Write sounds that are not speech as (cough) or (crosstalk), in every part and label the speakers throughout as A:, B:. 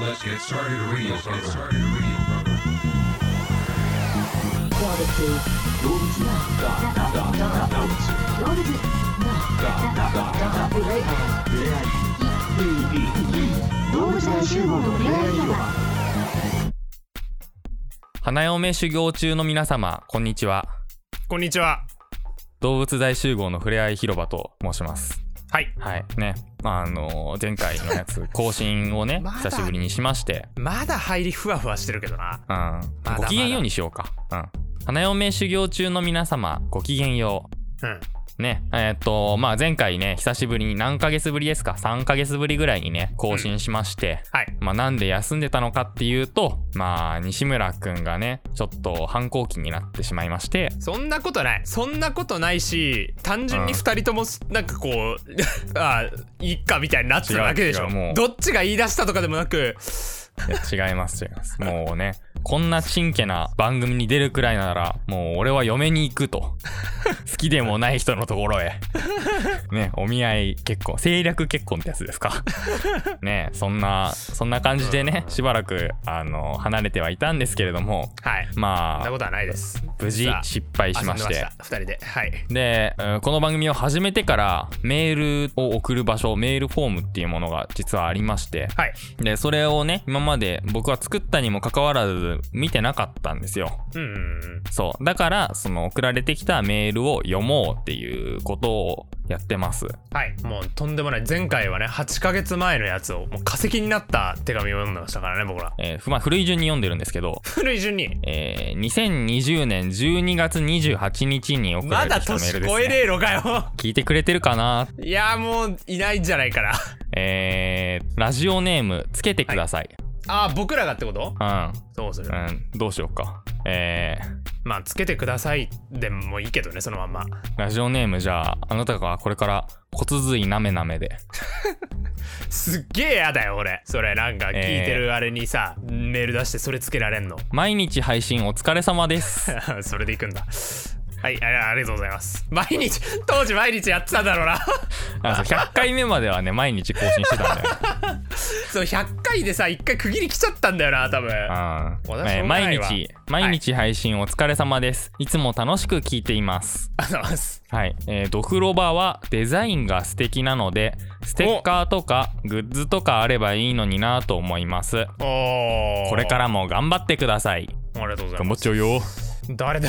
A: Let's get started radio. Let's get started radio.
B: Quality. Dogs.
C: 花嫁修行中の皆様こんにちは
D: こんにちは。
C: 動物大集合のふれあい広場と申します
D: はい。
C: はいねまああの前回の
D: (laughs)
C: やつ更新をね
D: まだ
C: 久しぶりにしまして
D: まだ入りふわふわしてるけどな。
C: うん
D: だ
C: ごきげんようにしようかうん花嫁修行中の皆様ごきげんよ
D: うん。
C: うねえーっとまあ前回ね久しぶりに何ヶ月ぶりですか3ヶ月ぶりぐらいにね更新しまして、
D: はい。
C: まあ、なんで休んでたのかっていうとまあ西村くんがねちょっと反抗期になってしまいまして
D: そんなことない。そんなことないし、単純に
C: うん
D: 二人とも、なんかこう、 (laughs) ああ、いいっかみたいになってるだけでし
C: 違う
D: ょ。
C: 違うもう
D: どっちが言い出したとかでもなく、
C: いや違います違いますもうねこんなちんけな番組に出るくらいならもう俺は嫁に行くと好きでもない人のところへねお見合い結婚政略結婚ってやつですかねそんなそんな感じでねしばらくあの離れてはいたんですけれども
D: はい。そん
C: ま
D: なこ
C: あ
D: とはないです。
C: 無事
D: さあ
C: 失敗しまし
D: 遊んで
C: て
D: ました。二人で。はい。
C: で、うんこの番組を始めてからメールを送る場所メールフォームっていうものが実はありまして
D: はい。
C: でそれをね今まで僕は作ったにもかかわらず見てなかったんですよ
D: うんうんうん。
C: そうだからその送られてきたメールを読もうっていうことをやってます
D: はい。もうとんでもない。前回はね、8ヶ月前のやつを、もう化石になった手紙を読んでましたからね、僕ら。 (laughs)
C: えーふまあ古い順に読んでるんですけど
D: 古い順に。
C: えー2020年12月28日に送ら
D: ま
C: れて
D: だ
C: きたメ
D: 年
C: ール
D: 越
C: です、
D: えね
C: ね、
D: えのかよ。
C: 聞いてくれてるかない
D: や、もういないんじゃないかな。
C: えーラジオネームつけてください、
D: ああ、僕らがってことそうする。
C: うん、うん、どうしようかえー
D: まあ、つけてくださいでもいいけどね、そのまんま。
C: ラジオネームじゃああなたがこれから骨髄なめなめです
D: っげえやだよ、俺。それ、なんか聞いてるあれにさ、メール出してそれつけられんの。 (laughs)
C: 毎日配信お疲れ様です
D: それでいくんだ。はいあ、ありがとうございます。毎日、当時毎日やってたんだろうな。 (laughs)
C: あそう100回目まではね毎日更新してたんだよ、
D: そう、100回でさ、1回区切り来ちゃったんだよな、多分。
C: うん
D: 私
C: えー
D: もない
C: 毎
D: わ
C: 日毎日配信お疲れ様です、い、つも楽しく聞いています
D: ありがとうございます。
C: はい、えードフロバはデザインが素敵なのでステッカーとかグッズとかあればいいのになと思います
D: おー
C: (laughs) これからも頑張ってください
D: ありがとうございます。
C: ちゃうよ
D: 誰
C: (laughs)
D: だ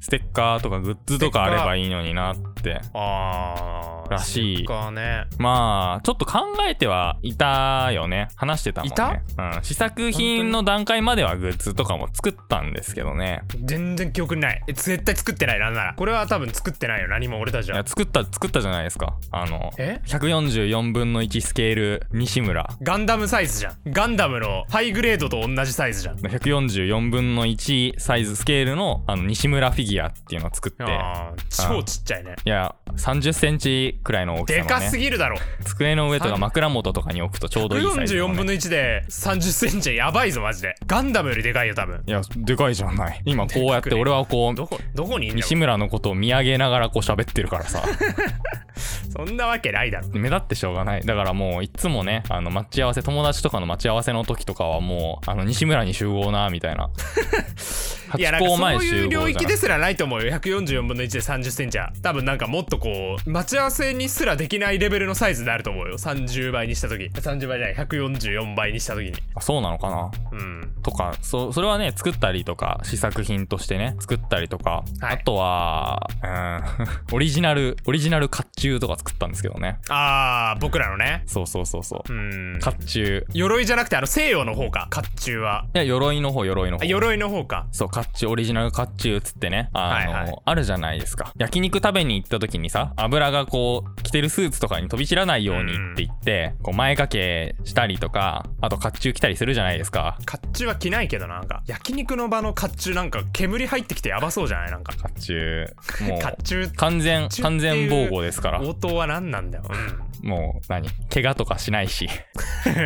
C: ステッカーとかグッズとかあればいいのになって
D: あー。
C: らしい
D: かね。
C: まあちょっと考えてはいたよね話してたもんね
D: いた
C: うん、試作品の段階まではグッズとかも作ったんですけどね
D: 全然記憶にない。え絶対作ってない、なんなら。これは多分作ってないよ、何も俺たち
C: い
D: は
C: や。作った作ったじゃないですかあの
D: え
C: 144分の1スケール西村
D: ガンダムサイズじゃん。ガンダムのハイグレードと同じサイズじゃん。
C: 144分の1サイズスケールのあの西村フィギュアっていうのを作って
D: あー超ちっちゃいね。
C: いや30センチくらいの大きさ
D: で
C: の、ね、
D: かすぎるだろ。
C: 机の上とか枕元とかに置くとちょうどいいサイズの、
D: 44
C: ね、
D: 分の1で30センチやばいぞ、マジで。ガンダムよりでかいよ、多分。
C: いやでかいじゃない今こうやって俺はこう
D: どこ、どこにいんだ
C: 西
D: ろ
C: 村のことを見上げながらこう喋ってるからさ (laughs)
D: うそんなわけないだろ。
C: 目立ってしょうがないだからもういっつもねあの待ち合わせ友達とかの待ち合わせの時とかはもうあの西村に集合なみたいな
D: (laughs) いや、な
C: 八
D: んか
C: 校
D: そ
C: 前
D: ういう
C: 集合
D: 領
C: じゃ
D: 域
C: な
D: で
C: い
D: すらないと思うよ。144分の1で30センチは。多分なんかもっとこう、待ち合わせにすらできないレベルのサイズになると思うよ。30倍にしたとき。30倍じゃない、144倍にしたときに。
C: あそうなのかな
D: うん。
C: とかそそれはね作ったりとか試作品としてね作ったりとか、
D: はい
C: あとはうーん (laughs) オリジナルオリジナル甲冑とか作ったんですけどね
D: あー、僕らのね。
C: そうそうそうそうう、
D: ん。
C: 甲冑い
D: 鎧じゃなくてあの西洋の方か甲冑は
C: や鎧の方鎧の
D: あ
C: 方
D: 鎧の方か
C: そう、カッチュ、オリジナルカッチュつってね、あの、
D: はいはい
C: あるじゃないですか。焼肉食べに行った時にさ、油がこう、着てるスーツとかに飛び散らないようにって言って、こう前掛けしたりとか、あとカッチュ着たりするじゃないですか。
D: 甲冑は着ないけどななんか焼肉の場の甲冑なんか煙入ってきてやばそうじゃないなんか
C: カッチュ、
D: (laughs)
C: も
D: 甲
C: う、
D: 冑
C: 完全、
D: 甲冑
C: 完全防護ですから、
D: 応答は何なんだよ、
C: もう、何怪我とかしな
D: (laughs)
C: いし、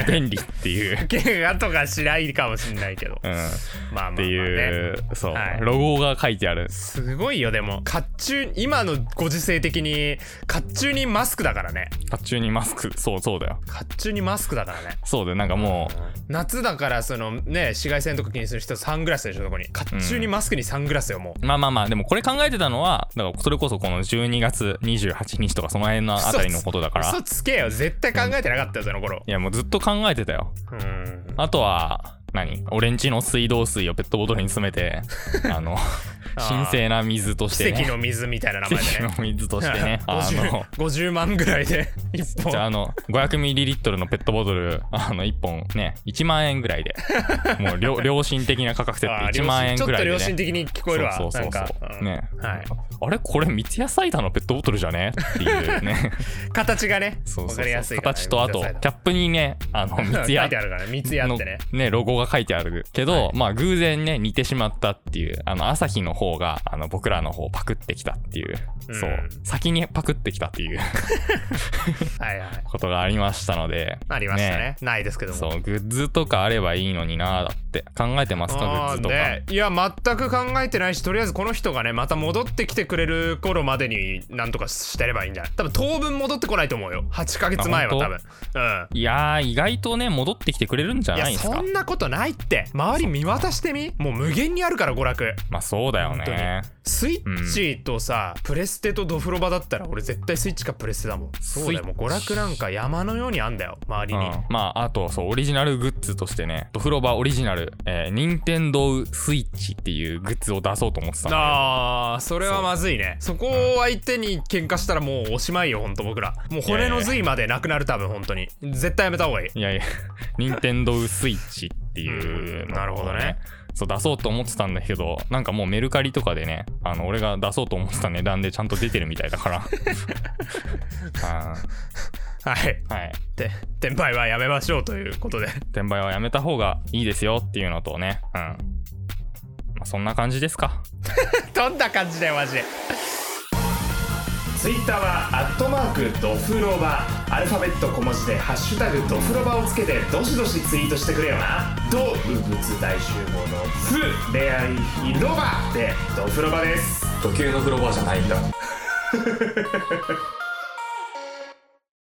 C: 便利っていう
D: う。ん、怪我とかしないかもしんないけど、
C: (laughs) うん、っ
D: まあまあまあね
C: ていうそう、
D: はい
C: ロゴが書いてある
D: すごいよでも甲冑今のご時世的に甲冑にマスクだからね
C: 甲冑にマスクそうそうだよ
D: 甲冑にマスクだからね
C: そうだよなんかも
D: 夏だからそのね紫外線とか気にする人サングラスでしょそこに甲冑にマスクにサングラスよもう、
C: うまあまあまあでもこれ考えてたのはだからそれこそこの12月28日とかその辺のあたりのことだから
D: 嘘つけよ絶対考えてなかったよその頃
C: いやもうずっと考えてたよ
D: うん
C: あとは何俺んちの水道水をペットボトルに詰め
D: (laughs)
C: てあの神聖な水として、
D: 奇
C: ね、
D: 跡の水みたいな名前
C: 奇
D: で
C: 跡
D: ね
C: の水とし
D: (laughs)
C: てねあの
D: 50, 50万ぐらいで一
C: じゃあ
D: 本
C: あの 500ml のペットボトルあの1本ね1万円ぐらいでもう
D: (laughs)
C: 良良心的な価格設
D: あー良
C: 定1
D: 心
C: 万円ぐらいで、ね、
D: ちょっと良心的に聞こえるわ
C: そうそうそう
D: なん
C: そう
D: か、うん
C: ね
D: はい、
C: あれこれ三ツ矢サイダーのペットボトルじゃねっていう
D: (laughs)
C: ね
D: 形がね
C: そうそ
D: わ
C: うそう
D: かりやすいからね
C: 形とあと
D: 水野
C: キャ
D: 菜
C: ップにね
D: (laughs)
C: あの三ツ
D: 書
C: 矢
D: いてあるからね三ツ矢ってね
C: のねロゴが書いてあるけど、まあ偶然ね似てしまったっていうあの朝日の方があの僕らの方をパクってきたっていう、
D: うん
C: そう先にパクってきたっていう (laughs)
D: はいはい
C: ことがありましたので
D: ありましたねないですけども
C: そうグッズとかあればいいのになだって考えてますかグ
D: あ
C: ッ
D: ー
C: ズとか、
D: ねいや全く考えてないしとりあえずこの人がねまた戻ってきてくれる頃までになんとかしてればいいんじゃない多分当分戻ってこないと思うよ8ヶ月前は
C: あ
D: 多分
C: 本いやー意外とね戻ってきてくれるんじ
D: う
C: ゃ
D: んい
C: ない
D: や
C: ですか
D: そんなことないって周り見渡してみもう無限にあるから娯楽
C: まあそうだよ
D: 本当に
C: ね
D: スイッチとさ、プレステとドフロバだったら俺絶対スイッチかプレステだもんそうだよ
C: スイ
D: も
C: ッ
D: う
C: チ
D: 娯楽なんか山のようにあんだよ周りに、
C: うん、まああとそうオリジナルグッズとしてねドフロバオリジナル、えー、ニンテンドースイッチっていうグッズを出そうと思ってたんだ
D: あーそれはまずいねそこを相手に喧嘩したらもうおしまいよほんと僕らもう骨の髄までなくなる多分ほんとに絶対やめた方がいい
C: けどいや (laughs) いやニンテンドースイッチっていう、
D: うんなるほどね
C: そう出そうと思ってたんだけどなんかもうメルカリとかでねあの俺が出そうと思ってた値段でちゃんと出てるみたい
D: (laughs)
C: だからあ
D: はい
C: ーはい
D: で転売はやめましょうということで
C: 転売はやめた方がいいですよっていうのとねうん、まあ、そんな感じですか
D: (laughs) どんな感じだよマジでツイッターはアットマークドフロバアルファベット小文字で「ハッシュタグドフロバ」をつけてどしどしツイートしてくれよな動物大集合の「ふ恋愛広場」でドフロバです
C: 時計の風呂場じゃないんだ